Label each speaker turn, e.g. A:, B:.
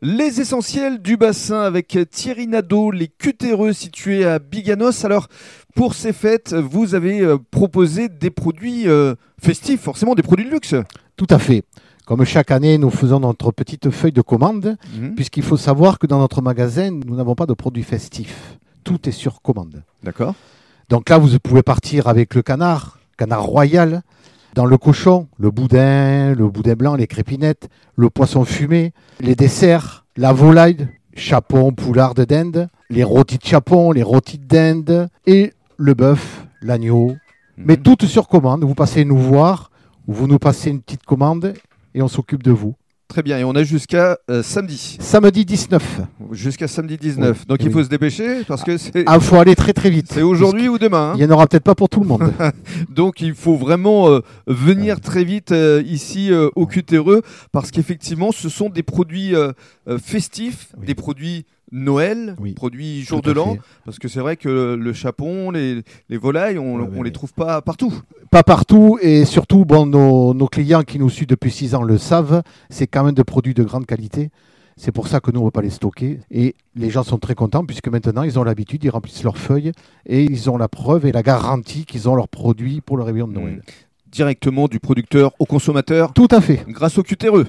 A: Les essentiels du bassin avec Thierry Nadeau, les cutéreux situés à Biganos. Alors, pour ces fêtes, vous avez euh, proposé des produits euh, festifs, forcément des produits de luxe.
B: Tout à fait. Comme chaque année, nous faisons notre petite feuille de commande,
A: Mhm.
B: puisqu'il faut savoir que dans notre magasin, nous n'avons pas de produits festifs. Tout est sur commande.
A: D'accord.
B: Donc là, vous pouvez partir avec le canard, canard royal, dans le cochon, le boudin, le boudin blanc, les crépinettes, le poisson fumé, les desserts, la volaille, chapon, poulard de dinde, les rôtis de chapon, les rôtis de dinde, et le bœuf, l'agneau, mais
A: Mhm.
B: toutes sur commande. Vous passez nous voir, ou vous nous passez une petite commande et on s'occupe de vous.
A: Très bien, et on a jusqu'à euh, samedi.
B: Samedi 19.
A: Jusqu'à samedi 19.
B: Oui,
A: Donc
B: eh
A: il
B: oui.
A: faut se dépêcher parce que c'est
B: Ah, faut aller très très vite.
A: c'est aujourd'hui ou demain. hein.
B: Il n'y en aura peut-être pas pour tout le monde.
A: Donc il faut vraiment euh,
B: Ah.
A: venir très vite euh, ici euh, au Cutéreux parce qu'effectivement ce sont des produits euh, euh, festifs,
B: Oui.
A: des produits Noël,
B: Oui.
A: produits jour de
B: Tout à
A: l'an,
B: fait.
A: parce que c'est vrai que le chapon, les, les volailles, on,
B: Ouais,
A: on
B: ouais,
A: les
B: ouais.
A: trouve pas partout.
B: Pas partout et surtout, bon, nos, nos clients qui nous suivent depuis 6 ans le savent, c'est quand même des produits de grande qualité. C'est pour ça que nous, on ne va pas les stocker. Et les gens sont très contents puisque maintenant, ils ont l'habitude, ils remplissent leurs feuilles et ils ont la preuve et la garantie qu'ils ont leurs
A: Mm.
B: produits pour le réveillon de Noël.
A: Directement du producteur au consommateur
B: Tout à fait.
A: grâce au Cutéreux.